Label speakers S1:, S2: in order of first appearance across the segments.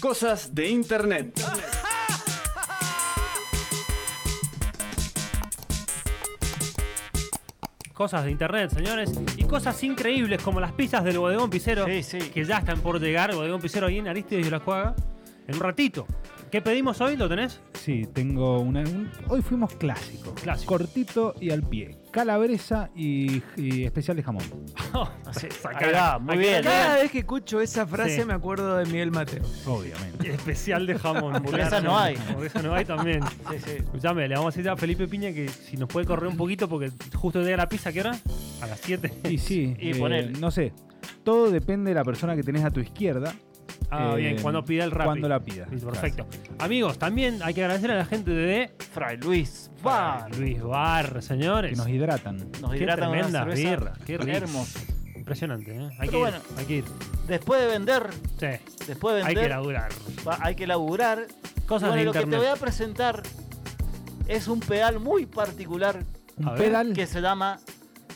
S1: Cosas de Internet.
S2: Cosas de internet, señores. Y cosas increíbles como las pizzas del bodegón Picero.
S3: Sí, sí.
S2: Que ya están por llegar. Bodegón Picero ahí en Aristides y la Cuaga. En un ratito. ¿Qué pedimos hoy? ¿Lo tenés?
S3: Sí, tengo una. un- hoy fuimos clásicos.
S2: Clásico.
S3: Cortito y al pie. Calabresa y, y especial de jamón.
S2: Ahí
S4: va, muy
S2: Aquí
S4: bien. eh.
S2: acá
S5: Cada vez que escucho esa frase
S2: Sí.
S5: me acuerdo de Miguel Mateo.
S3: Obviamente.
S2: Especial de jamón.
S4: Hamburguesa no hay.
S2: Hamburguesa no hay también.
S4: Sí, sí.
S2: Escuchame, le vamos a decir a Felipe Piña que si nos puede correr un poquito porque justo llega la pizza, ¿qué hora? A las 7.
S3: Y sí,
S4: Y
S3: eh,
S4: ponele.
S3: no sé. Todo depende de la persona que tenés a tu izquierda.
S2: Ah,
S3: Eh,
S2: bien, cuando pida el rap.
S3: Cuando la pida.
S2: Perfecto. Amigos, también hay que agradecer a la gente de
S4: Fray Luis, va.
S2: Luis Bar,
S3: Que
S2: señores.
S3: nos hidratan.
S4: Nos
S2: Qué
S4: hidratan con una
S2: tremendas
S4: cerveza
S2: birras, qué rico.
S4: hermoso.
S2: Impresionante, ¿eh? Hay
S4: Pero
S2: que ir,
S4: bueno.
S2: hay que ir.
S4: Después de vender,
S2: Sí,
S4: después de
S2: hay que
S4: vender,
S2: laburar.
S4: va- hay que laburar.
S2: Cosas
S4: bueno,
S2: de
S4: lo que
S2: internet.
S4: te voy a presentar es un pedal muy particular
S3: Un
S2: A ver,
S3: pedal.
S4: que se llama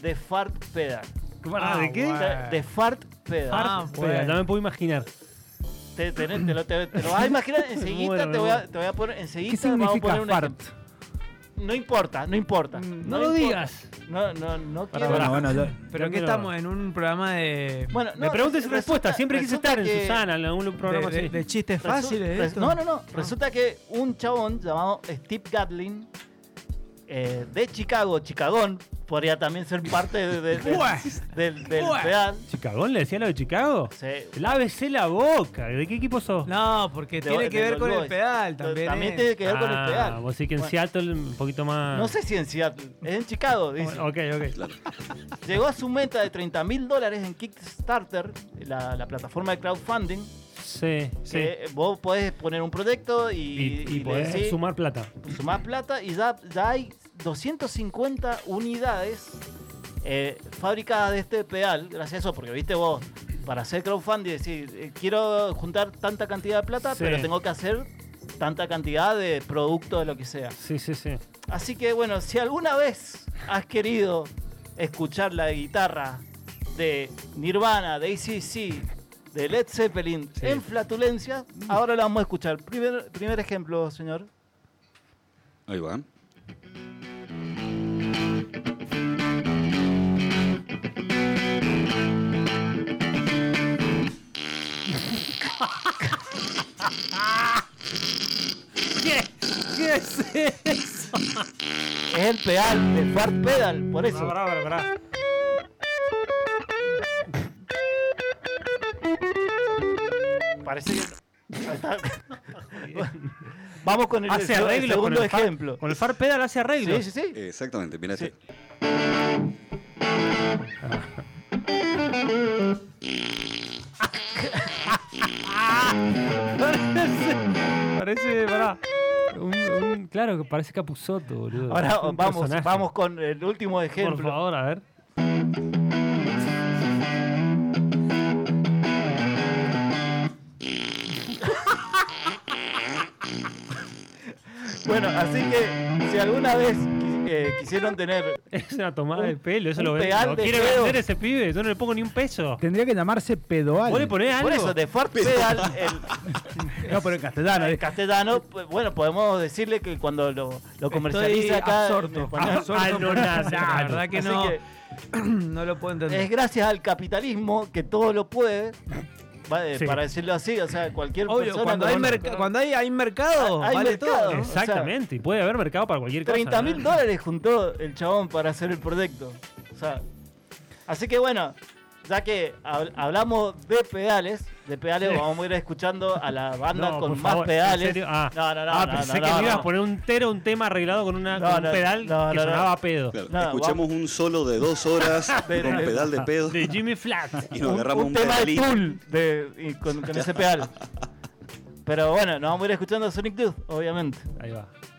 S4: The Fart Pedal.
S2: Ah, ¿de qué?
S4: The, The Fart Pedal.
S2: Ah,
S5: Ah,
S2: bueno,
S5: bueno.
S2: ya me puedo imaginar.
S4: Te, te- te lo, te- te lo vas a imaginar enseguida,
S2: Bueno,
S4: te,
S2: me
S4: voy a,
S2: muero.
S4: te voy a poner enseguida.
S3: ¿Qué
S4: vamos a poner
S3: significa
S4: un
S3: fart?
S4: ejemplo. No importa, no importa.
S2: Mm, No, lo
S4: importa.
S2: digas.
S4: No, no, no
S3: Pará,
S4: quiero-
S3: bueno, bueno, yo-
S5: Pero
S2: Yo
S5: que
S2: quiero-
S5: estamos en un programa de,
S4: Bueno,
S2: Me
S4: no,
S2: preguntes
S4: resulta-
S2: respuesta. Siempre quise
S4: resulta
S2: estar en
S4: que-
S2: Susana, en algún
S5: de,
S2: programa
S5: de-
S2: así.
S5: de chistes
S4: Resu-
S5: fáciles.
S4: res-
S5: esto. Ah.
S4: No, no, no. Resulta que un chabón llamado Steve Gatlin eh, de Chicago, Chicagón, podría también ser parte de- de- de-
S5: Buah.
S4: del, del
S5: Buah.
S4: pedal.
S2: ¿Chicagón le decía lo de Chicago?
S4: Se-
S2: Lávese la boca. ¿De qué equipo sos?
S5: No, porque
S4: de-
S5: tiene que
S4: de
S5: ver
S4: los
S5: con el
S4: Boys.
S5: pedal también.
S4: También
S5: eh.
S4: tiene que ver con el
S2: Ah,
S4: pedal.
S2: Vos sí que en
S4: Bueno,
S2: Seattle un poquito más.
S4: No sé si en Seattle, es en Chicago, dice.
S2: Ok, ok.
S4: Llegó a su meta de 30 mil dólares en Kickstarter, la, la plataforma de crowdfunding.
S2: Sí, sí.
S4: Que vos podés poner un proyecto y,
S2: Y, y
S4: y
S2: podés
S4: decís-
S2: sumar plata.
S4: sumás plata y ya, ya hay 250 unidades eh, fabricadas de este pedal, gracias a eso, porque viste vos, para hacer crowdfunding, decir, eh, quiero juntar tanta cantidad de plata,
S2: Sí.
S4: pero tengo que hacer tanta cantidad de producto de lo que sea.
S2: Sí, sí, sí.
S4: Así que bueno, si alguna vez has querido escuchar la guitarra de Nirvana, de ACC, de Led Zeppelin
S2: Sí.
S4: en flatulencia,
S6: Mm.
S4: ahora la vamos a escuchar. Primer, primer ejemplo, señor.
S6: Ahí va.
S2: ¿Qué? ¿Qué es eso?
S4: Es el pedal, de Fart Pedal, por eso.
S2: Pará, pará, pará.
S4: Parece que. Está- Vamos con el,
S2: Hace
S4: el
S2: arreglo con
S4: segundo
S2: el far-
S4: ejemplo.
S2: Con el far pedal hace arreglo.
S4: Sí, sí, sí.
S6: Exactamente, mira
S4: Sí.
S6: este.
S2: Parece, pará. Un, un- claro, que parece Capuzoto, boludo.
S4: Eh, Ahora
S2: Un
S4: vamos,
S2: personaje.
S4: vamos con el último
S2: Por
S4: ejemplo.
S2: favor, a ver.
S4: Bueno, así que si alguna vez qui- eh, quisieron tener.
S2: Es una tomada
S4: Un-
S2: de pelo, eso
S4: un
S2: lo veo.
S4: pedal
S2: ¿Lo
S4: de
S2: quiere
S4: dedo.
S2: vender ese pibe? Yo no le pongo ni un peso.
S3: Tendría que llamarse pedoal.
S2: ¿Vos le ponés algo?
S4: Por eso, de Fart Pedal, el,
S3: No, pero en castellano.
S4: el
S3: es-
S4: castellano, pues, bueno, podemos decirle que cuando lo, lo comercializa acá. eh,
S5: absorto.
S4: le
S2: Ah,
S4: ponemos-
S2: ah, no, nada,
S5: La
S2: nada.
S5: verdad que
S4: Así
S5: no,
S4: que-
S5: no lo puedo entender.
S4: Es gracias al capitalismo que todo lo puede, va- eh,
S2: Sí.
S4: para decirlo así, o sea, cualquier
S5: Obvio,
S4: persona...
S5: cuando,
S4: con
S5: hay
S4: una-
S5: merca- cuando hay, hay mercado,
S4: Hay
S5: vale
S4: mercado.
S5: todo. ¿no?
S4: Exacto.
S2: Exactamente, y puede haber mercado para cualquier cosa.
S4: 30 mil
S2: ¿no?
S4: dólares juntó el chabón para hacer el proyecto. O sea, así que bueno, ya que hab- hablamos de pedales, de pedales
S2: Sí.
S4: vamos a ir escuchando a la banda
S2: No,
S4: con
S2: por
S4: más
S2: favor, ¿en
S4: pedales.
S2: serio? Ah,
S4: no, no, no,
S2: ah,
S4: no,
S2: pensé
S4: no,
S2: que
S4: no,
S2: me ibas
S4: no.
S2: a poner un tero, un tema arreglado con, una,
S4: No,
S2: con un
S4: no,
S2: pedal
S4: no,
S2: que
S4: no, no.
S2: sonaba a pedo.
S6: Claro,
S4: Nada,
S6: escuchamos un solo de dos horas
S4: De-
S6: con
S4: de-
S6: pedal de pedo
S2: De Jimmy Flat.
S6: y
S4: un,
S6: nos agarramos
S4: un
S6: un,
S4: tema de
S6: pedalín.
S4: Tool de- y con, con ese pedal. Pero bueno, nos vamos a ir escuchando a Sonic Dude, obviamente.
S2: Ahí va.